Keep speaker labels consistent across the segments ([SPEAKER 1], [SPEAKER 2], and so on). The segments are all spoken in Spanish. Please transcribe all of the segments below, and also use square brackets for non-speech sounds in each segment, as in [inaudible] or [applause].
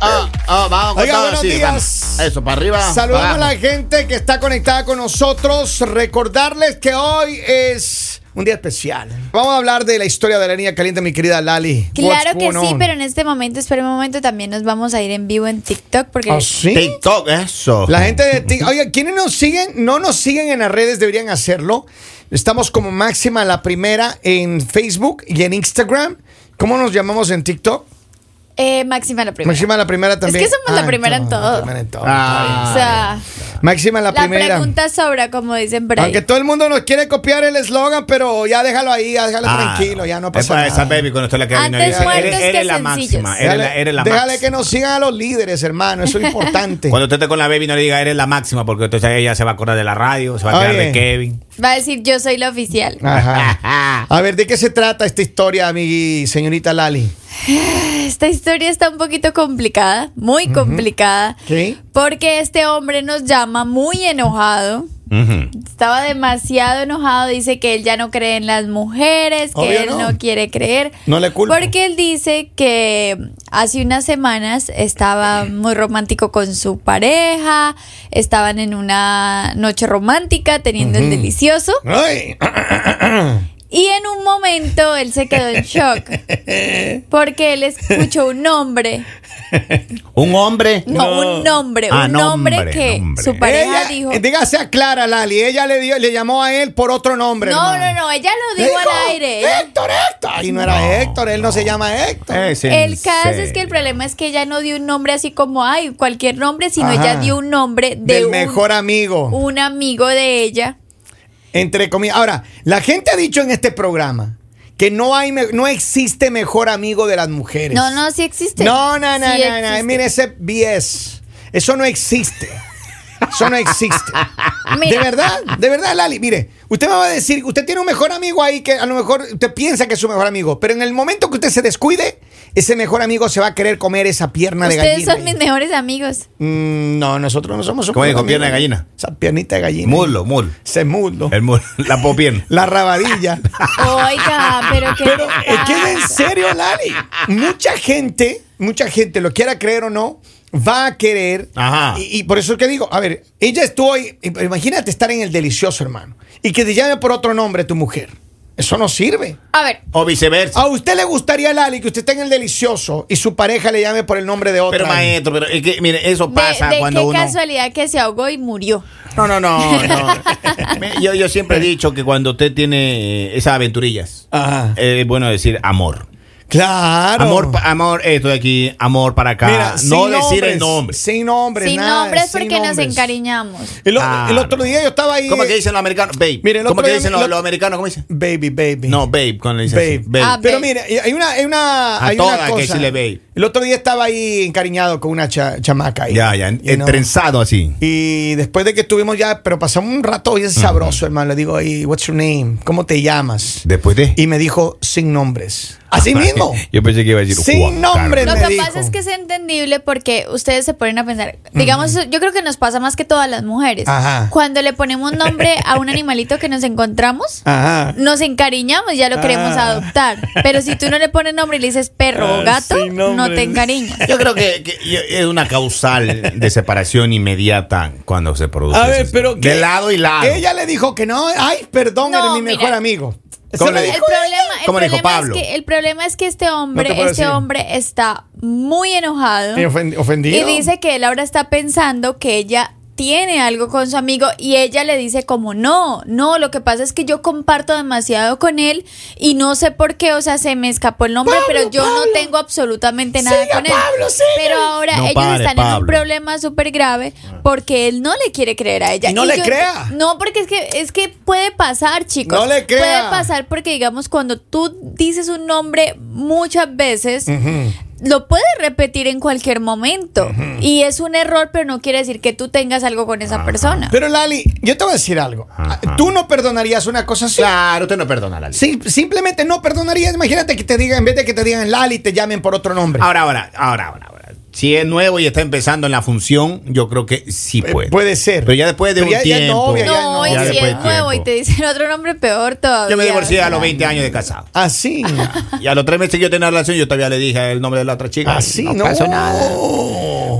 [SPEAKER 1] Ah,
[SPEAKER 2] Ah, vamos con
[SPEAKER 3] Oiga,
[SPEAKER 2] todo,
[SPEAKER 3] buenos
[SPEAKER 2] sí,
[SPEAKER 3] días.
[SPEAKER 2] vamos. Eso, para arriba.
[SPEAKER 3] Saludamos
[SPEAKER 2] para
[SPEAKER 3] a la
[SPEAKER 2] abajo.
[SPEAKER 3] gente que está conectada con nosotros. Recordarles que hoy es un día especial. Vamos a hablar de la historia de la niña caliente, mi querida Lali.
[SPEAKER 4] Claro
[SPEAKER 3] What's
[SPEAKER 4] que
[SPEAKER 3] going
[SPEAKER 4] sí,
[SPEAKER 3] on?
[SPEAKER 4] pero en este momento, espera un momento, también nos vamos a ir en vivo en TikTok porque
[SPEAKER 3] ¿Ah, sí?
[SPEAKER 2] TikTok, eso.
[SPEAKER 3] La gente de TikTok. Oiga, quienes nos siguen, no nos siguen en las redes, deberían hacerlo. Estamos como máxima la primera en Facebook y en Instagram. ¿Cómo nos llamamos en TikTok?
[SPEAKER 4] eh, Máxima la primera.
[SPEAKER 3] Máxima la primera también.
[SPEAKER 4] Es que somos la primera en
[SPEAKER 3] todo,
[SPEAKER 4] todo.
[SPEAKER 3] la primera en todo.
[SPEAKER 2] Ah,
[SPEAKER 4] o sea,
[SPEAKER 3] Máxima la
[SPEAKER 4] la,
[SPEAKER 3] primera.
[SPEAKER 4] pregunta sobra, como dicen por ahí.
[SPEAKER 3] Aunque todo el mundo nos quiere copiar el eslogan, pero ya déjalo ahí, ya déjalo
[SPEAKER 1] Ah,
[SPEAKER 3] tranquilo, ya no
[SPEAKER 1] es
[SPEAKER 3] pasa
[SPEAKER 1] para
[SPEAKER 3] nada.
[SPEAKER 1] Esa baby cuando usted la queda
[SPEAKER 4] Antes
[SPEAKER 1] bien
[SPEAKER 4] muertos
[SPEAKER 1] eres,
[SPEAKER 4] que
[SPEAKER 1] eres la
[SPEAKER 4] sencillos.
[SPEAKER 1] máxima. Eres
[SPEAKER 3] Déjale,
[SPEAKER 1] la, eres la
[SPEAKER 3] déjale
[SPEAKER 1] máxima.
[SPEAKER 3] que nos sigan a los líderes, hermano,
[SPEAKER 4] [laughs]
[SPEAKER 3] eso es lo importante.
[SPEAKER 1] Cuando usted esté con la baby no le diga eres la máxima porque entonces ella se va a acordar de la radio, se va a acordar
[SPEAKER 3] Oye.
[SPEAKER 1] de Kevin.
[SPEAKER 4] Va a decir, yo soy la oficial.
[SPEAKER 3] Ah.
[SPEAKER 1] [laughs]
[SPEAKER 3] Ajá. A ver, ¿de qué se trata esta historia, mi señorita Lali?
[SPEAKER 4] Esta historia está un poquito complicada, muy complicada.
[SPEAKER 3] ¿Qué?
[SPEAKER 4] Porque este hombre nos llama muy enojado. Estaba demasiado enojado, dice que él ya no cree en las mujeres, que
[SPEAKER 3] Obvio
[SPEAKER 4] él
[SPEAKER 3] no.
[SPEAKER 4] no. quiere creer.
[SPEAKER 3] No le culpo.
[SPEAKER 4] Porque él dice que hace unas semanas estaba muy romántico con su pareja, estaban en una noche romántica teniendo el delicioso
[SPEAKER 3] Ay.
[SPEAKER 4] y en un momento él se quedó
[SPEAKER 3] [laughs]
[SPEAKER 4] en shock porque él escuchó un nombre
[SPEAKER 2] Un hombre.
[SPEAKER 4] No, un nombre,
[SPEAKER 1] Ah,
[SPEAKER 4] un
[SPEAKER 1] nombre,
[SPEAKER 4] nombre, que
[SPEAKER 1] nombre.
[SPEAKER 4] su [coughs] pareja
[SPEAKER 3] Ella- eh,
[SPEAKER 4] dijo.
[SPEAKER 3] Dígase a Clara, Lali, ella le dio, le llamó a él por otro nombre.
[SPEAKER 4] No, no,
[SPEAKER 3] hermano.
[SPEAKER 4] no, ella lo
[SPEAKER 3] Le
[SPEAKER 4] dijo
[SPEAKER 3] dijo, ¿Eh?
[SPEAKER 4] al aire. ella-
[SPEAKER 3] Héctor, Héctor. Y no, era Héctor, él no, se llama Héctor.
[SPEAKER 4] Eh, El caso es que el problema es que ella no dio un nombre así como, ay, cualquier nombre, sino
[SPEAKER 3] Ajá.
[SPEAKER 4] ella dio un nombre de
[SPEAKER 3] del
[SPEAKER 4] un,
[SPEAKER 3] mejor amigo.
[SPEAKER 4] un amigo de ella.
[SPEAKER 3] Entre comillas. Ahora, la gente ha dicho en este programa que no hay me- no existe mejor amigo de las mujeres.
[SPEAKER 4] No, no, sí existe.
[SPEAKER 3] Pues, No, no, no,
[SPEAKER 4] Sí
[SPEAKER 3] no, no.
[SPEAKER 4] existe.
[SPEAKER 3] Mire ese BS. Eso no existe. Eso no existe.
[SPEAKER 4] [laughs] Ah,
[SPEAKER 3] De
[SPEAKER 4] Mira.
[SPEAKER 3] verdad, de verdad, Lali. Mire, usted me va a decir, usted tiene un mejor amigo ahí que a lo mejor usted piensa que es su mejor amigo, pero en el momento que usted se descuide, ese mejor amigo se va a querer comer esa pierna de
[SPEAKER 4] Ustedes
[SPEAKER 3] gallina.
[SPEAKER 4] son mis mejores amigos.
[SPEAKER 3] Mm, no, nosotros no somos. su
[SPEAKER 1] ¿Cómo dijo?
[SPEAKER 3] mejor
[SPEAKER 1] ¿Pierna de
[SPEAKER 3] amigo.
[SPEAKER 1] gallina?
[SPEAKER 3] Esa piernita de gallina.
[SPEAKER 1] Mulo, mulo.
[SPEAKER 3] Ese muslo.
[SPEAKER 1] El mulo, la popierna. [laughs]
[SPEAKER 3] La rabadilla.
[SPEAKER 4] Oiga, pero que.
[SPEAKER 3] Pero ¿eh, es que es en serio, Lali. Mucha gente, mucha gente, lo quiera creer o no, va a querer.
[SPEAKER 1] Ajá.
[SPEAKER 3] Y, y por eso es que digo, a ver, ella estuvo ahí. Imagínate estar en el delicioso, hermano. Y que te llame por otro nombre tu mujer. Eso no sirve.
[SPEAKER 4] A ver,
[SPEAKER 1] O viceversa.
[SPEAKER 3] A usted le gustaría, Lali, que usted esté en el delicioso y su pareja le llame por el nombre de otra.
[SPEAKER 1] Pero maestro, pero es que, mire, eso
[SPEAKER 4] de-
[SPEAKER 1] pasa
[SPEAKER 4] ¿de,
[SPEAKER 1] cuando
[SPEAKER 4] qué
[SPEAKER 1] uno.
[SPEAKER 4] casualidad que se ahogó y murió?
[SPEAKER 1] No, no, no. [laughs] no. Me- yo, yo siempre he dicho que cuando usted tiene eh, esas aventurillas,
[SPEAKER 3] Ajá.
[SPEAKER 1] eh, es bueno decir amor.
[SPEAKER 3] Ah. Claro.
[SPEAKER 1] Amor, pa- amor, esto de aquí, amor para acá.
[SPEAKER 3] Mira,
[SPEAKER 1] no
[SPEAKER 3] sin
[SPEAKER 1] decir el
[SPEAKER 3] nombres,
[SPEAKER 1] nombre.
[SPEAKER 3] Sin nombres,
[SPEAKER 4] Sin
[SPEAKER 3] Pues nada,
[SPEAKER 4] nombres
[SPEAKER 3] sin
[SPEAKER 4] porque nos
[SPEAKER 3] nombres.
[SPEAKER 4] encariñamos.
[SPEAKER 3] El, o-
[SPEAKER 1] Claro.
[SPEAKER 3] el otro día yo estaba ahí.
[SPEAKER 1] ¿Cómo que dicen los americanos? Babe.
[SPEAKER 3] Mire, el
[SPEAKER 1] ¿Cómo
[SPEAKER 3] otro
[SPEAKER 1] que
[SPEAKER 3] día
[SPEAKER 1] dicen
[SPEAKER 3] me-
[SPEAKER 1] los,
[SPEAKER 3] lo-
[SPEAKER 1] los americanos? ¿Cómo dicen?
[SPEAKER 3] Baby, baby.
[SPEAKER 1] No, babe, cuando le dicen
[SPEAKER 3] Babe.
[SPEAKER 1] así, babe.
[SPEAKER 4] Ah,
[SPEAKER 3] Pero
[SPEAKER 4] Babe.
[SPEAKER 3] mire, hay una, hay una,
[SPEAKER 1] A
[SPEAKER 3] hay
[SPEAKER 1] todas
[SPEAKER 3] una
[SPEAKER 1] hay que
[SPEAKER 3] cosa.
[SPEAKER 1] decirle babe.
[SPEAKER 3] El otro día estaba ahí encariñado con una cha- chamaca ahí.
[SPEAKER 1] ya, ya,
[SPEAKER 3] you know.
[SPEAKER 1] entrenzado así.
[SPEAKER 3] Y después de que estuvimos ya, pero pasamos un rato bien sabroso, hermano. Le digo, "Ey, what's your name? ¿Cómo te llamas?
[SPEAKER 1] Después de.
[SPEAKER 3] Y me dijo, sin nombres.
[SPEAKER 1] [laughs]
[SPEAKER 3] Así mismo.
[SPEAKER 1] Yo pensé que iba a decir
[SPEAKER 3] Sin
[SPEAKER 1] Juan Carlos.
[SPEAKER 3] nombre,
[SPEAKER 4] Lo
[SPEAKER 3] Pues me
[SPEAKER 4] que
[SPEAKER 3] dijo.
[SPEAKER 4] pasa es que es entendible porque ustedes se ponen a pensar, digamos, yo creo que nos pasa más que todas las mujeres.
[SPEAKER 3] Ajá.
[SPEAKER 4] Cuando le ponemos nombre a un animalito que nos encontramos,
[SPEAKER 3] Ajá.
[SPEAKER 4] nos encariñamos, ya lo queremos
[SPEAKER 3] Ah.
[SPEAKER 4] adoptar. Pero si tú no le pones nombre y le dices perro
[SPEAKER 3] Ah,
[SPEAKER 4] o gato,
[SPEAKER 3] sin
[SPEAKER 4] no
[SPEAKER 3] nombre.
[SPEAKER 4] te encariñas.
[SPEAKER 1] Yo creo que, que yo- es una causal de separación inmediata cuando se produce.
[SPEAKER 3] A
[SPEAKER 1] esa-
[SPEAKER 3] ver, pero.
[SPEAKER 1] De
[SPEAKER 3] que-
[SPEAKER 1] lado y lado.
[SPEAKER 3] Ella le dijo que no. Ay, perdón,
[SPEAKER 4] No,
[SPEAKER 3] eres mi
[SPEAKER 4] mira.
[SPEAKER 3] mejor amigo. Eso
[SPEAKER 1] ¿Cómo
[SPEAKER 3] le
[SPEAKER 1] le
[SPEAKER 4] El
[SPEAKER 3] dijo.
[SPEAKER 4] problema, el
[SPEAKER 1] ¿Cómo le dijo
[SPEAKER 4] problema
[SPEAKER 1] Pablo?
[SPEAKER 4] Es que, el problema es que este hombre,
[SPEAKER 3] No te puedo
[SPEAKER 4] este
[SPEAKER 3] decir.
[SPEAKER 4] hombre está muy enojado.
[SPEAKER 3] Y ofendi- ofendido.
[SPEAKER 4] Y dice que él ahora está pensando que ella tiene algo con su amigo y ella le dice como no, no, lo que pasa es que yo comparto demasiado con él y no sé por qué, o sea, se me escapó el nombre,
[SPEAKER 3] Pablo,
[SPEAKER 4] pero yo
[SPEAKER 3] Pablo.
[SPEAKER 4] no tengo absolutamente nada
[SPEAKER 3] Siga,
[SPEAKER 4] con él.
[SPEAKER 3] Pablo, siga.
[SPEAKER 4] Pero ahora
[SPEAKER 1] No
[SPEAKER 4] ellos
[SPEAKER 1] pare,
[SPEAKER 4] están en
[SPEAKER 1] Pablo.
[SPEAKER 4] un problema súper grave porque él no le quiere creer a ella.
[SPEAKER 3] Ah. Y no le crea.
[SPEAKER 4] No, porque es que es que puede pasar, chicos.
[SPEAKER 3] No le crea.
[SPEAKER 4] Puede pasar porque digamos cuando tú dices un nombre muchas veces lo puedes repetir en cualquier momento. Y es un error, pero no quiere decir que tú tengas algo con esa persona.
[SPEAKER 3] Pero Lali, yo te voy a decir algo.
[SPEAKER 1] Ajá.
[SPEAKER 3] Tú no perdonarías una cosa así.
[SPEAKER 1] Claro, usted no perdona la ley.
[SPEAKER 3] Sim- simplemente no perdonarías. Imagínate que te digan, en vez de que te digan Lali, te llamen por otro nombre.
[SPEAKER 1] Ahora, ahora, ahora, ahora, ahora. Si es nuevo y está empezando en la función, yo creo que sí
[SPEAKER 3] Eh,
[SPEAKER 1] puede.
[SPEAKER 3] puede ser.
[SPEAKER 1] Pero ya después de
[SPEAKER 3] Pero
[SPEAKER 1] un
[SPEAKER 3] ya- ya es
[SPEAKER 1] tiempo.
[SPEAKER 3] novia, ya
[SPEAKER 4] no,
[SPEAKER 3] no,
[SPEAKER 4] y
[SPEAKER 3] ya
[SPEAKER 4] si
[SPEAKER 1] después
[SPEAKER 4] es
[SPEAKER 1] de
[SPEAKER 4] nuevo y
[SPEAKER 1] tiempo.
[SPEAKER 4] te dicen otro nombre peor todavía.
[SPEAKER 1] Yo me divorcié
[SPEAKER 4] o
[SPEAKER 1] a los
[SPEAKER 4] sea.
[SPEAKER 1] 20 años de casado. [laughs]
[SPEAKER 3] Así.
[SPEAKER 1] Y a los tres meses que yo tenía relación, yo todavía le dije el nombre de la otra chica.
[SPEAKER 3] Así, Ah, no.
[SPEAKER 1] pasó nada.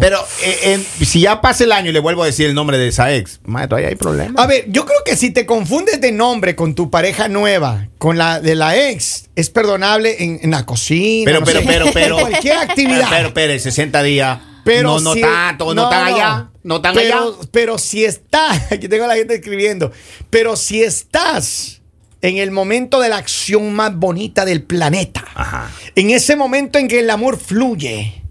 [SPEAKER 1] Pero eh, eh, si ya pasa el año y le vuelvo a decir el nombre de esa ex, maestro, ahí hay problema.
[SPEAKER 3] A ver, yo creo que si te confundes de nombre con tu pareja nueva, con la de la ex, es perdonable en, en la cocina.
[SPEAKER 1] Pero,
[SPEAKER 3] no
[SPEAKER 1] pero,
[SPEAKER 3] sé,
[SPEAKER 1] pero,
[SPEAKER 3] en
[SPEAKER 1] pero-
[SPEAKER 3] Cualquier
[SPEAKER 1] Pero,
[SPEAKER 3] actividad.
[SPEAKER 1] Eh, pero, pero, 60 días.
[SPEAKER 3] Pero
[SPEAKER 1] no, no
[SPEAKER 3] si-
[SPEAKER 1] tanto, no, tan allá. No tan
[SPEAKER 3] pero,
[SPEAKER 1] allá.
[SPEAKER 3] Pero si estás, [laughs] aquí tengo a la gente escribiendo, pero si estás en el momento de la acción más bonita del planeta,
[SPEAKER 1] Ajá.
[SPEAKER 3] en ese momento en que el amor fluye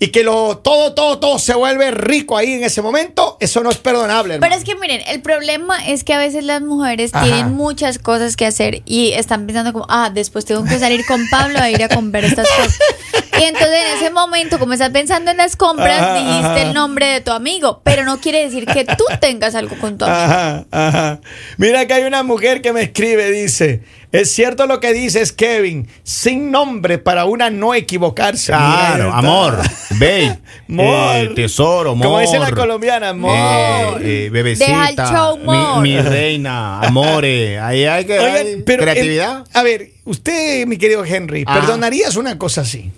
[SPEAKER 3] y que lo, todo, todo, todo se vuelve rico ahí en ese momento, eso no es perdonable.
[SPEAKER 4] Pero
[SPEAKER 3] hermano.
[SPEAKER 4] es que miren, el problema es que a veces las mujeres
[SPEAKER 3] Ajá.
[SPEAKER 4] tienen muchas cosas que hacer y están pensando como, ah, después tengo que salir con Pablo a ir a comprar estas cosas. Y entonces en ese momento, como estás pensando en las compras,
[SPEAKER 3] Ajá,
[SPEAKER 4] dijiste
[SPEAKER 3] ajá.
[SPEAKER 4] el nombre de tu amigo, pero no quiere decir que tú tengas algo con tu amigo.
[SPEAKER 3] Ajá, ajá. Mira que hay una mujer que me escribe, dice, es cierto lo que dices, Kevin, sin nombre para una no equivocarse. Mira,
[SPEAKER 1] Claro,
[SPEAKER 3] está- [laughs]
[SPEAKER 1] amor, babe,
[SPEAKER 3] Mor.
[SPEAKER 1] eh, tesoro, amor.
[SPEAKER 3] Como dice la colombiana, amor.
[SPEAKER 1] Eh, eh, bebecita,
[SPEAKER 4] Deja el show,
[SPEAKER 1] mi-
[SPEAKER 4] mor.
[SPEAKER 1] mi, reina, amores. Ahí hay que
[SPEAKER 3] Oigan,
[SPEAKER 1] hay
[SPEAKER 3] pero
[SPEAKER 1] creatividad. Ah.
[SPEAKER 3] el- a ver, usted, mi querido Henry,
[SPEAKER 1] Ajá.
[SPEAKER 3] ¿perdonarías una cosa así?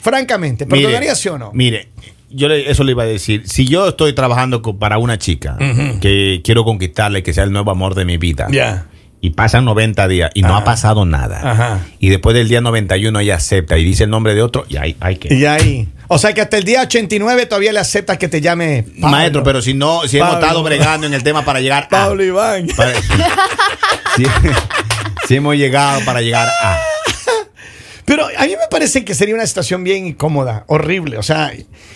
[SPEAKER 3] Francamente, ¿perdonarías sí o no?
[SPEAKER 1] Mire, yo le- eso le iba a decir. Si yo estoy trabajando con- para una chica que quiero conquistarle, que sea el nuevo amor de mi vida.
[SPEAKER 3] Ya.
[SPEAKER 1] Y pasan 90 días y no
[SPEAKER 3] Ajá.
[SPEAKER 1] ha pasado nada.
[SPEAKER 3] Ajá.
[SPEAKER 1] Y después del día 91 ella acepta y dice el nombre de otro y ahí hay que...
[SPEAKER 3] Y ahí. O sea que hasta el día 89 todavía le aceptas que te llame Pablo.
[SPEAKER 1] Maestro, pero si no, si hemos
[SPEAKER 3] Pablo.
[SPEAKER 1] estado bregando en el tema para llegar a...
[SPEAKER 3] Pablo Iván.
[SPEAKER 1] para- [laughs] si, si hemos llegado para llegar a...
[SPEAKER 3] Pero a mí me parece que sería una situación bien incómoda, horrible. O sea,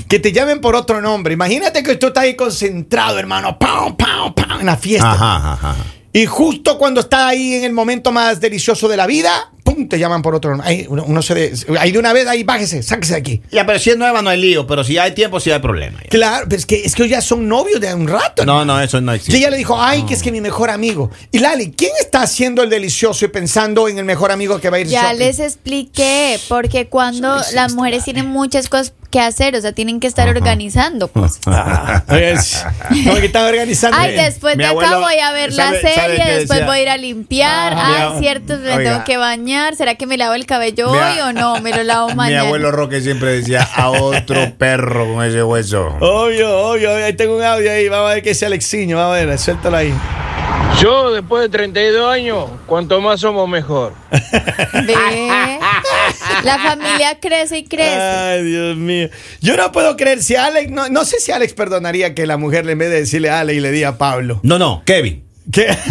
[SPEAKER 3] que te llamen por otro nombre. Imagínate que tú estás ahí concentrado, hermano, pam, pam, pam, en la fiesta.
[SPEAKER 1] Ajá, ajá, ajá.
[SPEAKER 3] Y justo cuando está ahí en el momento más delicioso de la vida, ¡pum! te llaman por otro. Ahí uno, uno se de, ahí de una vez, ahí bájese, sáquese de aquí.
[SPEAKER 1] Ya, pero si es nueva no hay lío, pero si hay tiempo sí hay problema. ya.
[SPEAKER 3] Claro, pero es que, es que ya son novios de un rato.
[SPEAKER 1] No, no, eso no
[SPEAKER 3] Y
[SPEAKER 1] existe.
[SPEAKER 3] ella le dijo, ay, que es que mi mejor amigo. Y Lali, ¿quién está haciendo el delicioso y pensando en el mejor amigo que va a ir
[SPEAKER 4] Ya
[SPEAKER 3] shopping?
[SPEAKER 4] les expliqué, porque cuando las mujeres tienen muchas cosas que hacer, o sea, tienen que estar organizando pues. cosas.
[SPEAKER 1] [laughs]
[SPEAKER 3] Ah, es- como que estaba organizando.
[SPEAKER 4] Ay, después
[SPEAKER 1] mi
[SPEAKER 4] de acá
[SPEAKER 1] abuelo
[SPEAKER 4] voy a ver
[SPEAKER 1] sabe-
[SPEAKER 4] la
[SPEAKER 1] sabe
[SPEAKER 4] serie,
[SPEAKER 1] que
[SPEAKER 4] después
[SPEAKER 1] decía-
[SPEAKER 4] voy a ir a limpiar.
[SPEAKER 1] Ah, mi
[SPEAKER 4] Ay,
[SPEAKER 1] ab-
[SPEAKER 4] cierto, me
[SPEAKER 1] Oiga.
[SPEAKER 4] tengo que bañar. ¿Será que me lavo el cabello
[SPEAKER 1] Mi
[SPEAKER 4] hoy
[SPEAKER 1] a-
[SPEAKER 4] o no? Me lo
[SPEAKER 1] [laughs]
[SPEAKER 4] lavo
[SPEAKER 1] Mi
[SPEAKER 4] mañana.
[SPEAKER 1] abuelo Roque siempre decía a [laughs] otro perro con ese hueso.
[SPEAKER 3] Obvio, obvio, obvio. Ahí tengo un audio ahí. Vamos a ver qué dice Alexiño. Vamos a ver, suéltalo ahí.
[SPEAKER 5] Yo, después de 32 años, cuanto más somos mejor.
[SPEAKER 4] Ve. La familia crece y crece.
[SPEAKER 3] Ay, Dios mío. Yo no puedo creer si Alex. No, no sé si Alex perdonaría que la mujer, en vez de decirle a Alex, le diga a Pablo.
[SPEAKER 1] No, no, Kevin.
[SPEAKER 3] ¿Qué? [laughs]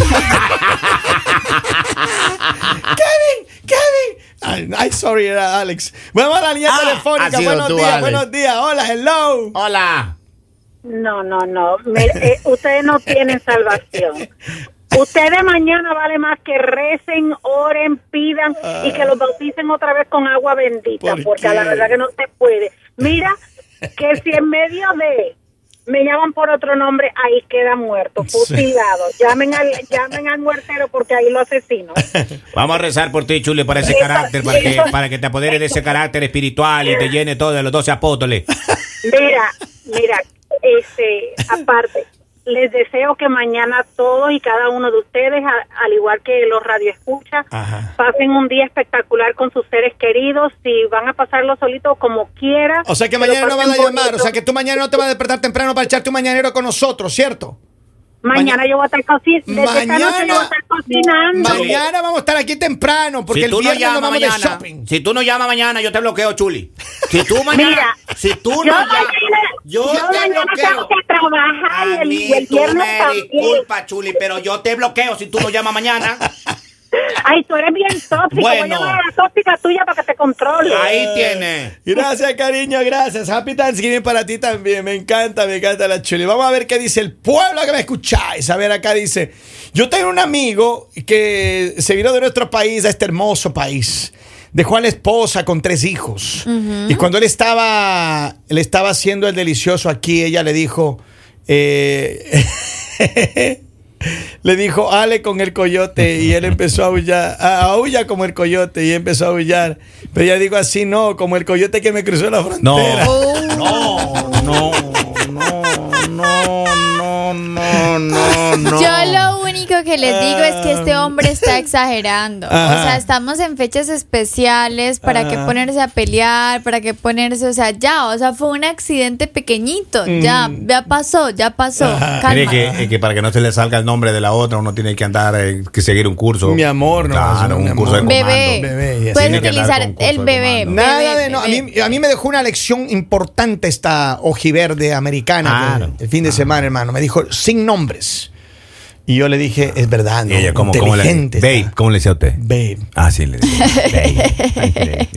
[SPEAKER 3] Kevin, Kevin. Ay, I'm sorry, era Alex. Vamos a la línea
[SPEAKER 1] Ah, has
[SPEAKER 3] telefónica.
[SPEAKER 1] sido
[SPEAKER 3] Buenos
[SPEAKER 1] tú,
[SPEAKER 3] días,
[SPEAKER 1] Alex.
[SPEAKER 3] buenos días. Hola, hello.
[SPEAKER 1] Hola.
[SPEAKER 6] No, no, no. Me- eh, ustedes no tienen salvación. Ustedes mañana vale más que recen, oren, pidan y que los bauticen otra vez con agua bendita,
[SPEAKER 3] ¿Por
[SPEAKER 6] porque a la
[SPEAKER 3] qué?
[SPEAKER 6] verdad que no se puede. Mira, que si en medio de me llaman por otro nombre, ahí queda muerto, fusilado. Llamen al llamen al muertero porque ahí lo asesino.
[SPEAKER 1] Vamos a rezar por ti, Chuli, para ese
[SPEAKER 6] Eso,
[SPEAKER 1] carácter, para que,
[SPEAKER 6] eso.
[SPEAKER 1] para que te apoderes de ese carácter espiritual y te llene todo de los doce apóstoles.
[SPEAKER 6] Mira, mira, este, aparte, les deseo que mañana todos y cada uno de ustedes, a- al igual que los radioescuchas,
[SPEAKER 3] Ajá.
[SPEAKER 6] pasen un día espectacular con sus seres queridos. Si van a pasarlo solitos, como quiera.
[SPEAKER 3] O sea que
[SPEAKER 6] pero
[SPEAKER 3] mañana no
[SPEAKER 6] pasen
[SPEAKER 3] van a llamar. O
[SPEAKER 6] bonito.
[SPEAKER 3] sea que tú mañana no te vas a despertar temprano para echarte un mañanero con nosotros, ¿cierto?
[SPEAKER 6] mañana yo voy a estar cocinando. Desde esta noche yo voy a estar cocinando.
[SPEAKER 3] Mañana vamos a estar aquí temprano porque
[SPEAKER 1] si
[SPEAKER 3] el
[SPEAKER 1] tú no
[SPEAKER 3] viernes nos
[SPEAKER 1] llamas
[SPEAKER 3] vamos
[SPEAKER 1] mañana,
[SPEAKER 3] de shopping.
[SPEAKER 1] si tú no llamas mañana, yo te bloqueo, Chuli. Si
[SPEAKER 6] [laughs]
[SPEAKER 1] tú mañana,
[SPEAKER 6] Mira,
[SPEAKER 1] si tú no
[SPEAKER 6] yo
[SPEAKER 1] llamas,
[SPEAKER 6] mañana,
[SPEAKER 1] yo,
[SPEAKER 6] yo
[SPEAKER 1] te
[SPEAKER 6] mañana
[SPEAKER 1] bloqueo.
[SPEAKER 6] tengo que trabajar y
[SPEAKER 1] A
[SPEAKER 6] el,
[SPEAKER 1] mí
[SPEAKER 6] y el
[SPEAKER 1] tú
[SPEAKER 6] viernes
[SPEAKER 1] me
[SPEAKER 6] también.
[SPEAKER 1] disculpa, Chuli, pero yo te bloqueo si tú no llamas mañana.
[SPEAKER 6] Ay, tú eres bien tóxico.
[SPEAKER 1] Bueno.
[SPEAKER 6] Voy a llamar a la tóxica tuya para que te controle. [laughs]
[SPEAKER 1] Ahí tienes.
[SPEAKER 3] Gracias, cariño, gracias. Happy Thanksgiving para ti también. Me encanta, me encanta la chuli. Vamos a ver qué dice el pueblo que me escucháis. A ver, acá dice: Yo tengo un amigo que se vino de nuestro país a este hermoso país. Dejó a la esposa con tres hijos. Y cuando él estaba, él estaba haciendo el delicioso aquí, ella le dijo: eh, [laughs] Le dijo Ale con el coyote y él empezó a aullar, a, a aullar como el coyote y empezó a aullar. Pero ella dijo así, no, como el coyote que me cruzó la
[SPEAKER 1] No, Oh.
[SPEAKER 3] frontera.
[SPEAKER 1] no, Ah, no, Ah. no, no, no, no, no.
[SPEAKER 4] Yo lo único único que les digo es que este hombre está exagerando.
[SPEAKER 3] Ajá.
[SPEAKER 4] O sea, estamos en fechas especiales, ¿para
[SPEAKER 1] Ah.
[SPEAKER 4] qué ponerse a pelear? ¿Para qué ponerse? O sea, ya, o sea, fue un accidente pequeñito, ya,
[SPEAKER 1] Mm.
[SPEAKER 4] ya pasó, ya pasó.
[SPEAKER 1] Mire
[SPEAKER 4] Calma.
[SPEAKER 1] que, eh, que para que no se le salga el nombre de la otra, uno tiene que andar, eh, que seguir un curso.
[SPEAKER 3] Mi amor, no,
[SPEAKER 1] Claro,
[SPEAKER 3] no,
[SPEAKER 1] un
[SPEAKER 3] mi
[SPEAKER 1] curso
[SPEAKER 3] amor.
[SPEAKER 1] de comando.
[SPEAKER 4] Bebé,
[SPEAKER 3] Bebé, y así.
[SPEAKER 4] puedes
[SPEAKER 1] Tiene que andar
[SPEAKER 4] utilizar
[SPEAKER 1] con curso
[SPEAKER 4] el
[SPEAKER 1] de
[SPEAKER 4] bebé.
[SPEAKER 1] comando.
[SPEAKER 3] [laughs] Nada
[SPEAKER 4] bebé,
[SPEAKER 3] de no. A
[SPEAKER 4] bebé.
[SPEAKER 3] mí, a mí me dejó una lección importante esta ojiverde americana
[SPEAKER 1] Claro. Ah.
[SPEAKER 3] que- el fin de semana, hermano. Me dijo sin nombres. Y yo le dije, es verdad,
[SPEAKER 1] Y
[SPEAKER 3] no,
[SPEAKER 1] ella, ¿cómo, cómo le,
[SPEAKER 3] inteligente
[SPEAKER 1] babe,
[SPEAKER 3] está".
[SPEAKER 1] ¿cómo le decía a usted?
[SPEAKER 3] Babe.
[SPEAKER 1] Ah, sí, le
[SPEAKER 6] [laughs]
[SPEAKER 1] decía. Babe. Ay, babe,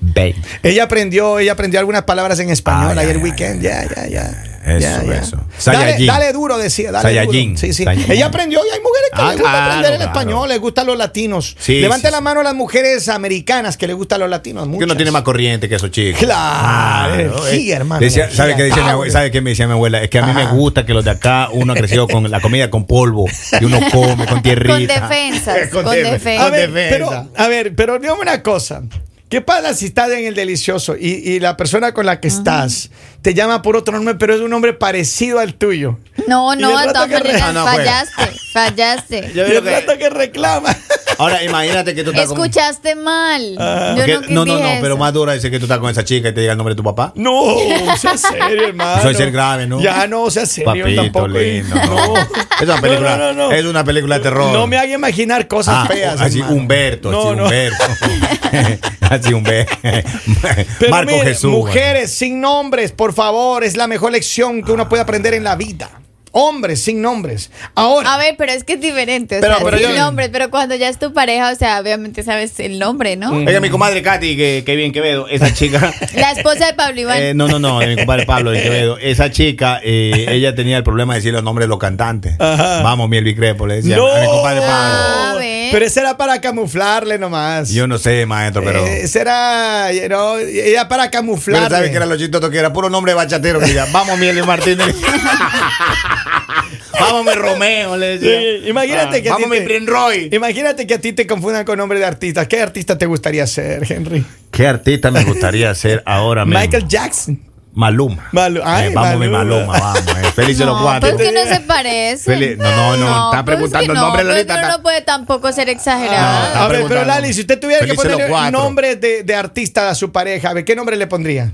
[SPEAKER 1] babe.
[SPEAKER 3] Ella aprendió, ella aprendió algunas palabras en español
[SPEAKER 1] Ah,
[SPEAKER 3] ayer
[SPEAKER 1] ya, ya,
[SPEAKER 3] weekend.
[SPEAKER 1] ya,
[SPEAKER 3] Ya, ya, ya.
[SPEAKER 1] ya. Eso,
[SPEAKER 3] Ya, ya.
[SPEAKER 1] eso.
[SPEAKER 3] Dale,
[SPEAKER 1] Saiyajin.
[SPEAKER 3] dale duro, decía. Dale
[SPEAKER 1] Saiyajin.
[SPEAKER 3] duro. Sí, sí.
[SPEAKER 1] Saiyajin.
[SPEAKER 3] Ella aprendió y hay mujeres
[SPEAKER 1] Ah,
[SPEAKER 3] que les gusta
[SPEAKER 1] claro,
[SPEAKER 3] aprender el
[SPEAKER 1] claro.
[SPEAKER 3] español, les gustan los latinos.
[SPEAKER 1] Sí,
[SPEAKER 3] Levante
[SPEAKER 1] sí,
[SPEAKER 3] la
[SPEAKER 1] sí.
[SPEAKER 3] mano a las mujeres americanas que les gustan los latinos.
[SPEAKER 1] Que uno
[SPEAKER 3] muchas.
[SPEAKER 1] tiene más corriente que esos chicos.
[SPEAKER 3] Claro,
[SPEAKER 1] eh.
[SPEAKER 3] energía, hermano,
[SPEAKER 1] Decía-
[SPEAKER 3] energía,
[SPEAKER 1] ¿sabe, qué decía mi
[SPEAKER 3] power.
[SPEAKER 1] abue- sabe qué me decía mi abuela? Es que a mí
[SPEAKER 3] Ajá.
[SPEAKER 1] me gusta que los de acá uno ha crecido con la comida con polvo y
[SPEAKER 3] [laughs]
[SPEAKER 1] uno come con
[SPEAKER 4] Con
[SPEAKER 1] tierrita. [laughs]
[SPEAKER 4] defensas, con,
[SPEAKER 1] defensa.
[SPEAKER 3] A
[SPEAKER 4] defensas.
[SPEAKER 3] ver,
[SPEAKER 1] defensa.
[SPEAKER 3] pero, a ver, pero dígame una cosa. ¿Qué pasa si estás en el delicioso y, y la persona con la que estás te llama por otro nombre, pero es un nombre parecido al tuyo?
[SPEAKER 4] No,
[SPEAKER 3] Y
[SPEAKER 4] no,
[SPEAKER 3] el
[SPEAKER 4] de
[SPEAKER 3] rato
[SPEAKER 4] todas
[SPEAKER 3] que re-
[SPEAKER 4] [laughs] maneras,
[SPEAKER 1] Ah, no, juega.
[SPEAKER 4] fallaste,
[SPEAKER 3] [laughs]
[SPEAKER 4] fallaste.
[SPEAKER 3] Y
[SPEAKER 1] Yo creo
[SPEAKER 3] el
[SPEAKER 1] que-
[SPEAKER 3] rato que reclama.
[SPEAKER 1] Ahora imagínate que tú estás con...
[SPEAKER 4] Escuchaste mal.
[SPEAKER 3] Ah.
[SPEAKER 4] Yo
[SPEAKER 1] Que-
[SPEAKER 4] no,
[SPEAKER 1] no, no,
[SPEAKER 4] dije
[SPEAKER 1] no, pero
[SPEAKER 4] eso.
[SPEAKER 1] más dura dice que tú estás con esa chica y te diga el nombre de tu papá.
[SPEAKER 3] No, sea
[SPEAKER 1] [laughs]
[SPEAKER 3] serio, hermano.
[SPEAKER 1] Eso es ser grave, ¿no?
[SPEAKER 3] Ya no, sea serio
[SPEAKER 1] Papito
[SPEAKER 3] tampoco.
[SPEAKER 1] lindo.
[SPEAKER 3] [laughs]
[SPEAKER 1] No. Es
[SPEAKER 3] No.
[SPEAKER 1] una película,
[SPEAKER 3] No, no, no, no.
[SPEAKER 1] es una película de terror.
[SPEAKER 3] No me haga imaginar cosas
[SPEAKER 1] Ah,
[SPEAKER 3] feas.
[SPEAKER 1] así
[SPEAKER 3] hermano.
[SPEAKER 1] Humberto,
[SPEAKER 3] No,
[SPEAKER 1] así
[SPEAKER 3] no.
[SPEAKER 1] Humberto. [laughs] así Humberto.
[SPEAKER 3] Pero
[SPEAKER 1] Marco
[SPEAKER 3] mire,
[SPEAKER 1] Jesús.
[SPEAKER 3] Mujeres sin nombres, por favor, es la mejor lección que uno puede aprender en la vida. Hombres sin nombres. Ahora.
[SPEAKER 4] A ver, pero es que es diferente. O
[SPEAKER 1] Pero-
[SPEAKER 4] sea,
[SPEAKER 1] pero
[SPEAKER 4] sí,
[SPEAKER 1] yo-
[SPEAKER 4] nombre, pero cuando ya es tu pareja, o sea, obviamente sabes el nombre, ¿no?
[SPEAKER 3] Mm.
[SPEAKER 1] Oiga, mi comadre Katy, que, que bien Quevedo, esa
[SPEAKER 4] [laughs]
[SPEAKER 1] chica.
[SPEAKER 4] La esposa de Pablo Iván.
[SPEAKER 1] Eh, no, no, no, de mi compadre Pablo de Quevedo. Esa chica, eh, ella tenía el problema de decir los nombres de los cantantes. Vamos, mi Elvis Crespo, le decía a mi compadre Pablo.
[SPEAKER 4] Ah, ve.
[SPEAKER 3] Pero ese era para camuflarle nomás.
[SPEAKER 1] Yo no sé, maestro, pero.
[SPEAKER 3] Eh, ese era, no, era para camuflarle.
[SPEAKER 1] Pero sabes que era lo chistoso que era puro nombre de bachatero. Que ya, vamos, mi Elvis
[SPEAKER 3] [laughs]
[SPEAKER 1] Martínez. vamos, mi Romeo, le decía.
[SPEAKER 3] Sí, imagínate que a ti
[SPEAKER 1] Vamos, mi
[SPEAKER 3] te-
[SPEAKER 1] Prin Roy.
[SPEAKER 3] Imagínate que a ti te confundan con nombre de artista. ¿Qué artista te gustaría ser, Henry?
[SPEAKER 1] ¿Qué artista me gustaría ser ahora mismo?
[SPEAKER 3] Michael Jackson.
[SPEAKER 1] Maluma.
[SPEAKER 3] Malu- Ay,
[SPEAKER 1] Eh, vamos, mi
[SPEAKER 3] Maluma.
[SPEAKER 1] Maluma, vamos. eh. Feliz de los
[SPEAKER 4] No,
[SPEAKER 1] cuatro.
[SPEAKER 4] pero es que no se parece.
[SPEAKER 1] Feli- no, no, no, está
[SPEAKER 4] pero
[SPEAKER 1] preguntando
[SPEAKER 4] que
[SPEAKER 1] el nombre de
[SPEAKER 4] pero
[SPEAKER 1] Lolita,
[SPEAKER 4] uno
[SPEAKER 1] está- Ah.
[SPEAKER 4] no puede tampoco ser exagerado. [laughs]
[SPEAKER 1] está
[SPEAKER 3] Ah, a ver, pero
[SPEAKER 1] preguntando.
[SPEAKER 3] Lali, si usted tuviera que
[SPEAKER 1] Felices los
[SPEAKER 3] ponerle
[SPEAKER 1] cuatro.
[SPEAKER 3] nombre de, de artista a su pareja, a ver, ¿qué nombre le pondría?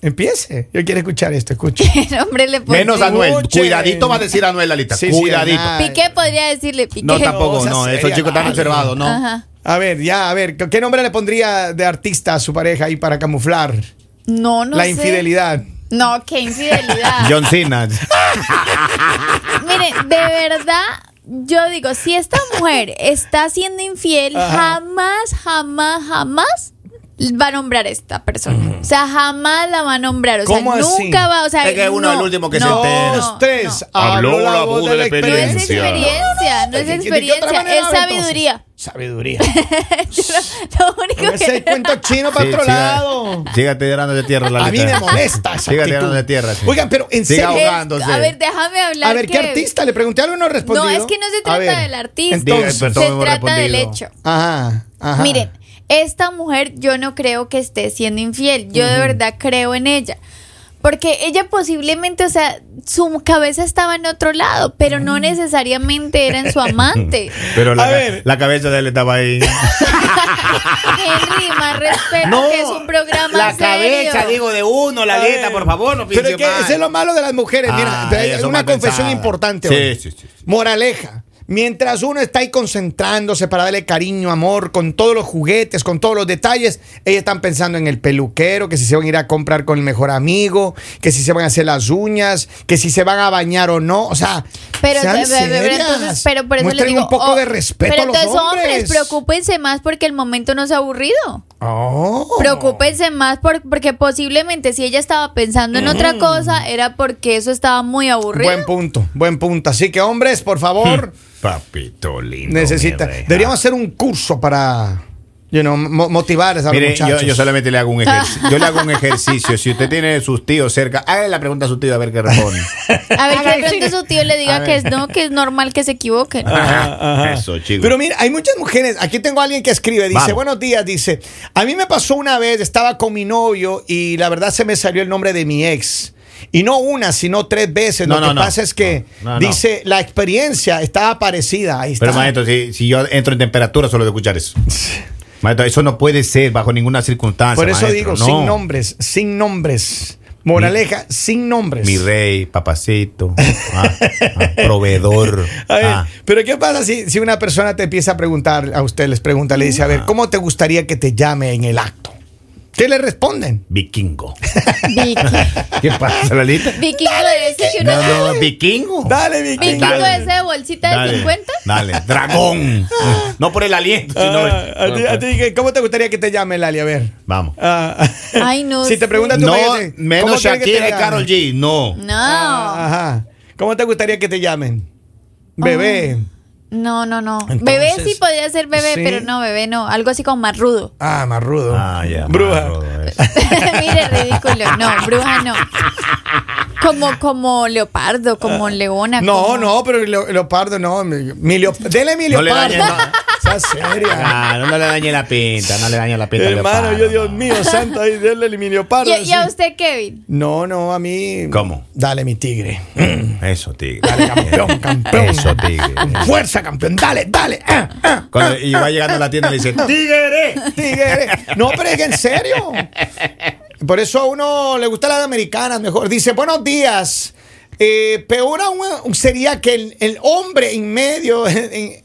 [SPEAKER 3] Empiece. Yo quiero escuchar esto, escuche.
[SPEAKER 4] ¿Qué nombre le pondría?
[SPEAKER 1] Menos Anuel.
[SPEAKER 3] Escuchen.
[SPEAKER 1] Cuidadito va a decir Anuel la lista.
[SPEAKER 3] Pues Sí, sí,
[SPEAKER 1] Cuidadito.
[SPEAKER 3] nada.
[SPEAKER 4] Piqué podría decirle Piqué.
[SPEAKER 1] no, tampoco,
[SPEAKER 3] cosa
[SPEAKER 1] no.
[SPEAKER 3] seria,
[SPEAKER 1] Esos chicos están
[SPEAKER 3] Lali.
[SPEAKER 1] reservados, no.
[SPEAKER 4] Ajá.
[SPEAKER 3] A ver, ya, a ver, ¿qué qué nombre le pondría de artista a su pareja ahí para camuflar
[SPEAKER 4] No, no
[SPEAKER 3] la
[SPEAKER 4] sé.
[SPEAKER 3] infidelidad?
[SPEAKER 4] No, qué infidelidad.
[SPEAKER 3] [laughs]
[SPEAKER 1] John Cena.
[SPEAKER 4] Mire, de verdad, yo digo, si esta mujer está siendo infiel,
[SPEAKER 3] Ajá.
[SPEAKER 4] jamás, jamás, jamás va a nombrar a esta persona. O sea, jamás la va a nombrar. O sea,
[SPEAKER 3] ¿Cómo así?
[SPEAKER 4] nunca va, o sea,
[SPEAKER 1] Es que uno es el último que se
[SPEAKER 4] no,
[SPEAKER 1] entera.
[SPEAKER 4] no,
[SPEAKER 3] Dos, tres.
[SPEAKER 4] no.
[SPEAKER 3] Habló la voz de la
[SPEAKER 4] No es
[SPEAKER 3] experiencia.
[SPEAKER 4] experiencia, no
[SPEAKER 3] ¿De qué-
[SPEAKER 4] es
[SPEAKER 3] de qué otra
[SPEAKER 4] experiencia,
[SPEAKER 3] manera
[SPEAKER 4] es
[SPEAKER 3] habla entonces?
[SPEAKER 4] sabiduría. [laughs]
[SPEAKER 3] Sabiduría.
[SPEAKER 4] Lo único
[SPEAKER 3] Ese
[SPEAKER 4] [laughs] que...
[SPEAKER 3] cuento chino para otro lado.
[SPEAKER 1] Sígate tirando de tierra la
[SPEAKER 3] A mí
[SPEAKER 1] lista.
[SPEAKER 3] me molesta esa
[SPEAKER 1] Sígate
[SPEAKER 3] actitud.
[SPEAKER 1] tirando de tierra. sí.
[SPEAKER 3] Oigan, pero en
[SPEAKER 1] Siga
[SPEAKER 3] serio.
[SPEAKER 1] ahogándose.
[SPEAKER 4] a ver, déjame hablar.
[SPEAKER 3] A ver, ¿qué artista? Le pregunté algo y no respondió.
[SPEAKER 4] No, es que no se
[SPEAKER 3] A
[SPEAKER 4] trata
[SPEAKER 3] ver,
[SPEAKER 4] del artista.
[SPEAKER 1] Diga,
[SPEAKER 3] Entonces,
[SPEAKER 4] Se
[SPEAKER 1] Todo hemos
[SPEAKER 4] trata del
[SPEAKER 1] respondido.
[SPEAKER 4] hecho.
[SPEAKER 3] ajá, ajá.
[SPEAKER 4] Miren, esta mujer yo no creo que esté siendo infiel. Yo de verdad creo en ella. Porque ella posiblemente, o sea, su cabeza estaba en otro lado, pero
[SPEAKER 3] Mm.
[SPEAKER 4] no necesariamente era
[SPEAKER 3] [laughs]
[SPEAKER 4] en su amante.
[SPEAKER 1] Pero la,
[SPEAKER 3] A ver.
[SPEAKER 1] la cabeza de él estaba
[SPEAKER 4] [laughs]
[SPEAKER 1] ahí.
[SPEAKER 4] Henry, más respeto que es un programa serio.
[SPEAKER 1] de uno,
[SPEAKER 3] A ver, Pero es que ese es lo malo de las mujeres. Mira,
[SPEAKER 1] Ah,
[SPEAKER 3] pero hay
[SPEAKER 1] ellas son
[SPEAKER 3] una
[SPEAKER 1] mal
[SPEAKER 3] confesión
[SPEAKER 1] pensadas.
[SPEAKER 3] importante.
[SPEAKER 1] Sí,
[SPEAKER 3] hoy.
[SPEAKER 1] sí, sí, sí.
[SPEAKER 3] Moraleja. Mientras uno está ahí concentrándose para darle cariño, amor, con todos los juguetes, con todos los detalles, ellas están pensando en el peluquero, que si se van a ir a comprar con el mejor amigo, que si se van a hacer las uñas, que si se van a bañar o no. O sea,
[SPEAKER 4] Pero,
[SPEAKER 3] sean
[SPEAKER 4] pero- pero- pero
[SPEAKER 3] serias.
[SPEAKER 4] entonces, pero por eso les
[SPEAKER 3] Muestren
[SPEAKER 4] digo,
[SPEAKER 3] un poco
[SPEAKER 4] oh,
[SPEAKER 3] de respeto
[SPEAKER 4] pero
[SPEAKER 3] a los
[SPEAKER 4] entonces,
[SPEAKER 3] hombres.
[SPEAKER 4] preocúpense más porque el momento no es aburrido.
[SPEAKER 3] Oh.
[SPEAKER 4] Preocúpense más por- porque posiblemente si ella estaba pensando en otra cosa era porque eso estaba muy aburrido.
[SPEAKER 3] Mm. Buen punto, buen punto. Así que, hombres,
[SPEAKER 1] [laughs]
[SPEAKER 3] por favor,
[SPEAKER 1] Papito lindo.
[SPEAKER 3] necesita.
[SPEAKER 1] mi rey.
[SPEAKER 3] Deberíamos hacer un curso para you know, mo- motivar a los
[SPEAKER 1] Mire, yo,
[SPEAKER 3] muchachos.
[SPEAKER 1] yo solamente le hago un
[SPEAKER 4] [laughs]
[SPEAKER 1] ejercicio. Yo le hago un ejercicio. Si usted tiene sus tíos cerca, hágale la pregunta a su tío a ver qué
[SPEAKER 3] [laughs]
[SPEAKER 1] responde.
[SPEAKER 4] A ver, que de pronto su tío le diga que es, no, que es normal que se equivoquen.
[SPEAKER 1] Ah. Eso, chico.
[SPEAKER 3] Pero mira, hay muchas mujeres. Aquí tengo a alguien que escribe. Dice,
[SPEAKER 1] Vamos.
[SPEAKER 3] buenos días. Dice, a mí me pasó una vez, estaba con mi novio y la verdad se me salió el nombre de mi ex. Y no una, sino tres veces.
[SPEAKER 1] No,
[SPEAKER 3] Lo
[SPEAKER 1] no,
[SPEAKER 3] que
[SPEAKER 1] no.
[SPEAKER 3] pasa es que
[SPEAKER 1] No, no, no.
[SPEAKER 3] dice, la experiencia está parecida. Ahí está.
[SPEAKER 1] Pero maestro, si, si yo entro en temperatura solo de escuchar eso. Maestro, eso no puede ser bajo ninguna circunstancia.
[SPEAKER 3] Por eso
[SPEAKER 1] maestro,
[SPEAKER 3] digo,
[SPEAKER 1] no.
[SPEAKER 3] sin nombres, sin nombres. Moraleja, sin nombres.
[SPEAKER 1] Mi rey,
[SPEAKER 3] [laughs]
[SPEAKER 1] papacito, ah, ah, proveedor.
[SPEAKER 3] A ver,
[SPEAKER 1] ah.
[SPEAKER 3] Pero ¿qué pasa si, si una persona te empieza a preguntar, a usted les pregunta, le dice, a
[SPEAKER 1] Ah.
[SPEAKER 3] ver, ¿cómo te gustaría que te llame en el acto? ¿Qué le responden?
[SPEAKER 1] Vikingo. [laughs]
[SPEAKER 4] Vicky.
[SPEAKER 1] ¿Qué pasa, Lalita?
[SPEAKER 4] Vikingo de ese que uno
[SPEAKER 1] No, no, vikingo.
[SPEAKER 3] Dale, Vicky.
[SPEAKER 4] Vikingo
[SPEAKER 1] Dale.
[SPEAKER 4] de ese de bolsita de 50.
[SPEAKER 1] Dale,
[SPEAKER 3] [laughs]
[SPEAKER 1] dragón. no por el aliento, sino.
[SPEAKER 3] Ah, a ti- a ti, ¿qué- ¿Cómo te gustaría que te llame, Lali? A ver.
[SPEAKER 1] Vamos.
[SPEAKER 3] Ah.
[SPEAKER 4] [laughs] Ay, no
[SPEAKER 3] Si te
[SPEAKER 4] sé.
[SPEAKER 3] preguntan
[SPEAKER 1] No, menos Shakira y Karol G. No.
[SPEAKER 3] Mm.
[SPEAKER 4] No.
[SPEAKER 3] Ajá. ¿Cómo te gustaría que te llamen? Bebé.
[SPEAKER 4] No, no, no.
[SPEAKER 3] Entonces-
[SPEAKER 4] bebé sí podría ser bebé,
[SPEAKER 3] Sí.
[SPEAKER 4] pero no, bebé no. Algo así como más rudo. [laughs]
[SPEAKER 3] Ah, más rudo.
[SPEAKER 1] Ah, ya.
[SPEAKER 3] Bruja.
[SPEAKER 1] malo, eh.
[SPEAKER 4] Mire, ridículo. No, bruja no. Como, como leopardo, como leona.
[SPEAKER 3] Ah. No,
[SPEAKER 4] como-
[SPEAKER 3] no, pero leo- leopardo no. Mi, mi leop- dele mi
[SPEAKER 1] No le
[SPEAKER 3] leopardo.
[SPEAKER 1] dañes, no. [laughs]
[SPEAKER 3] Sea seria.
[SPEAKER 1] Ah, no le dañe la pinta, no le dañe la pinta. al
[SPEAKER 3] Hermano,
[SPEAKER 1] leopardo,
[SPEAKER 3] yo, Dios
[SPEAKER 1] no.
[SPEAKER 3] mío, santo, ahí, dele mi
[SPEAKER 4] ¿Y,
[SPEAKER 3] leopardo.
[SPEAKER 4] y a
[SPEAKER 3] sí.
[SPEAKER 4] usted, Kevin?
[SPEAKER 3] No, no, a mí.
[SPEAKER 1] ¿Cómo?
[SPEAKER 3] Dale mi tigre. [laughs]
[SPEAKER 1] Eso, tigre.
[SPEAKER 3] Dale, campeón, campeón.
[SPEAKER 1] Eso, tigre.
[SPEAKER 3] Fuerza, campeón. Dale, dale. ah, ah.
[SPEAKER 1] Cuando, y va llegando a la tienda y le dice, ¡Tigre!
[SPEAKER 3] Tigre. No, pero es que en serio. Por eso a uno le gusta la de americanas mejor. Dice, buenos días. Eh, peor aún sería que el, el hombre en medio, [laughs] en,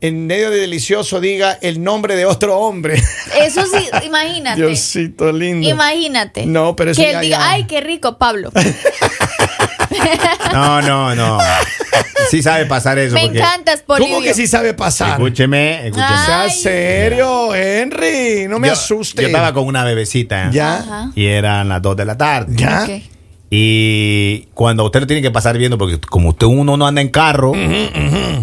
[SPEAKER 3] en medio de delicioso, diga el nombre de otro hombre.
[SPEAKER 4] Eso sí, imagínate.
[SPEAKER 3] Diosito lindo.
[SPEAKER 4] Imagínate.
[SPEAKER 3] No, pero eso
[SPEAKER 4] Que
[SPEAKER 3] ya-
[SPEAKER 4] él diga,
[SPEAKER 3] ya.
[SPEAKER 4] ay, qué rico, Pablo.
[SPEAKER 1] No, no, no. Sí sabe pasar eso.
[SPEAKER 4] Me
[SPEAKER 1] porque-
[SPEAKER 4] encantas, Polivio.
[SPEAKER 3] ¿Cómo que sí sabe pasar?
[SPEAKER 1] Escúcheme, escúcheme.
[SPEAKER 4] Ah,
[SPEAKER 3] Sea
[SPEAKER 4] Ay.
[SPEAKER 3] serio, Henry. No me
[SPEAKER 1] Yo-
[SPEAKER 3] asuste.
[SPEAKER 1] Yo estaba con una bebecita.
[SPEAKER 3] Ya.
[SPEAKER 4] Ajá.
[SPEAKER 1] Y eran las 2 de la tarde.
[SPEAKER 3] ¿Ya?
[SPEAKER 4] Ok.
[SPEAKER 1] Y cuando usted lo tiene que pasar viendo, porque como usted uno no anda en carro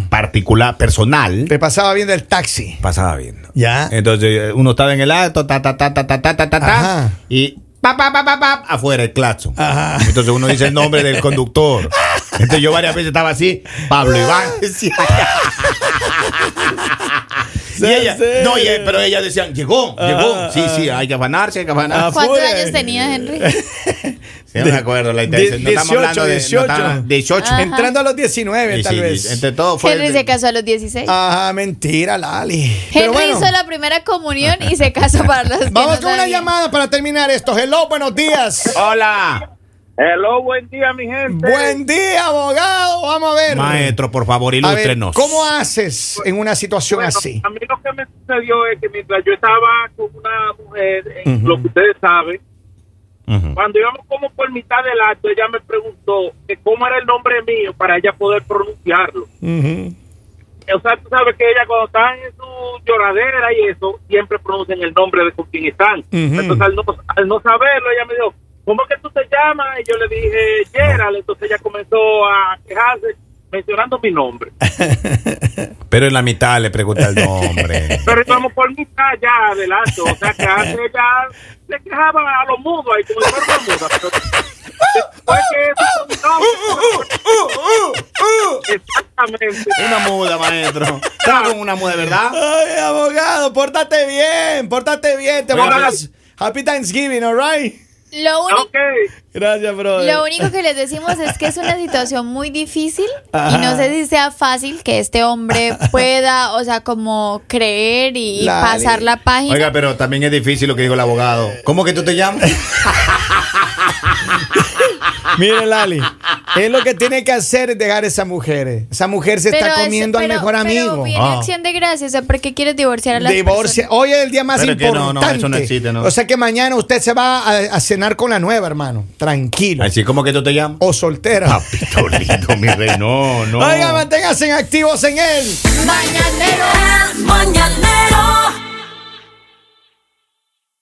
[SPEAKER 1] particular, personal,
[SPEAKER 3] Te pasaba viendo el taxi.
[SPEAKER 1] pasaba viendo.
[SPEAKER 3] Ya.
[SPEAKER 1] Entonces eh, uno estaba en el acto, ta, ta, ta, ta, ta, ta, ta, ta,
[SPEAKER 3] Ajá.
[SPEAKER 1] ta, y pa, pa, pa, pa, pa, afuera el claxon.
[SPEAKER 3] Ajá.
[SPEAKER 1] Entonces uno dice el nombre
[SPEAKER 3] [laughs]
[SPEAKER 1] del conductor. Entonces yo varias veces estaba así, Pablo
[SPEAKER 3] [laughs]
[SPEAKER 1] Iván. decía. Y ella, no, y- pero ellas decían, llegó,
[SPEAKER 3] Ah,
[SPEAKER 1] llegó. Sí, sí, hay que afanarse, hay que afanarse.
[SPEAKER 4] ¿Cuántos
[SPEAKER 3] Afuera.
[SPEAKER 4] años
[SPEAKER 3] [laughs]
[SPEAKER 4] tenía, Henry?
[SPEAKER 3] Ah,
[SPEAKER 1] Sí, no me acuerdo la idea.
[SPEAKER 3] Die-
[SPEAKER 1] No estamos
[SPEAKER 3] 18,
[SPEAKER 1] hablando de no
[SPEAKER 3] 18.
[SPEAKER 1] estamos- 18.
[SPEAKER 4] Ajá.
[SPEAKER 3] Entrando a los 19,
[SPEAKER 1] Sí,
[SPEAKER 3] tal
[SPEAKER 1] sí,
[SPEAKER 3] vez.
[SPEAKER 1] Entre todo fue.
[SPEAKER 4] Henry se casó a los 16.
[SPEAKER 3] Ajá, mentira, Lali.
[SPEAKER 4] Henry
[SPEAKER 3] Ah, Pero bueno,
[SPEAKER 4] hizo la primera comunión y se casó para los que
[SPEAKER 3] vamos
[SPEAKER 4] no
[SPEAKER 3] con una
[SPEAKER 4] sabían.
[SPEAKER 3] llamada para terminar esto. Hello, buenos días.
[SPEAKER 1] Hola.
[SPEAKER 5] Hello, buen día, mi gente.
[SPEAKER 3] Buen día, abogado. Vamos a ver.
[SPEAKER 1] Maestro, por favor,
[SPEAKER 3] A ver,
[SPEAKER 1] ilústrenos.
[SPEAKER 3] ¿Cómo haces en una situación
[SPEAKER 5] Bueno,
[SPEAKER 3] así?
[SPEAKER 5] A mí lo que me sucedió es que mientras yo estaba con una mujer, en lo que ustedes saben,
[SPEAKER 1] Ujú.
[SPEAKER 5] cuando íbamos como por mitad del acto, ella me preguntó que cómo era el nombre mío para ella poder pronunciarlo.
[SPEAKER 3] Ujú.
[SPEAKER 5] O sea, tú sabes que ella cuando está en su lloradera y eso, siempre pronuncian el nombre de con quien están.
[SPEAKER 3] Ujú.
[SPEAKER 5] Entonces, al no, al no saberlo, ella me dijo, ¿cómo es que tú te llamas? Y yo le dije, Gerald. Entonces ella comenzó a quejarse mencionando mi nombre.
[SPEAKER 1] Pero en la mitad le pregunta el [laughs] nombre.
[SPEAKER 5] Pero íbamos por mitad ya adelante. O sea, que antes ella se quejaba a los mudos ahí, como si fuera una muda. Pero después que eso, no, exactamente.
[SPEAKER 1] una muda, maestro. Estaba con una muda, ¿verdad?
[SPEAKER 3] Ay, abogado, pórtate bien, pórtate bien. Te
[SPEAKER 1] Oiga,
[SPEAKER 3] mandas Happy Thanksgiving, all right? Ah,
[SPEAKER 4] Lo único
[SPEAKER 5] Ah, Ok.
[SPEAKER 3] Gracias, brother.
[SPEAKER 4] Lo único que les decimos es que es una situación muy difícil
[SPEAKER 3] Ajá.
[SPEAKER 4] y no sé si sea fácil que
[SPEAKER 3] [laughs]
[SPEAKER 4] este hombre pueda, o sea, como creer y
[SPEAKER 3] La-
[SPEAKER 4] pasar la página.
[SPEAKER 1] Oiga, pero también es difícil lo que dijo el abogado. ¿Cómo que tú te llamas?
[SPEAKER 3] Mire, Lali, es lo que tiene que hacer es dejar a esa mujer. eh. Esa mujer se está
[SPEAKER 4] Pero es-
[SPEAKER 3] comiendo al
[SPEAKER 4] pero-
[SPEAKER 3] mejor
[SPEAKER 4] Pero
[SPEAKER 3] amigo.
[SPEAKER 4] viene
[SPEAKER 1] Ah.
[SPEAKER 4] acción de gracias, o sea, ¿por qué quieres divorciar a las
[SPEAKER 3] Divorcio. Hoy es el día más
[SPEAKER 1] Pero que no, no,
[SPEAKER 3] importante.
[SPEAKER 1] eso no existe, no.
[SPEAKER 3] O sea que mañana usted se va a, a cenar con la nueva, hermano. Tranquilo.
[SPEAKER 1] Así, ¿cómo que tú te llamas?
[SPEAKER 3] O soltera.
[SPEAKER 1] Papito lindo, Ah, mi rey. pues No, no.
[SPEAKER 3] Oiga, manténganse activos en él.
[SPEAKER 4] personas?
[SPEAKER 7] El mañanero.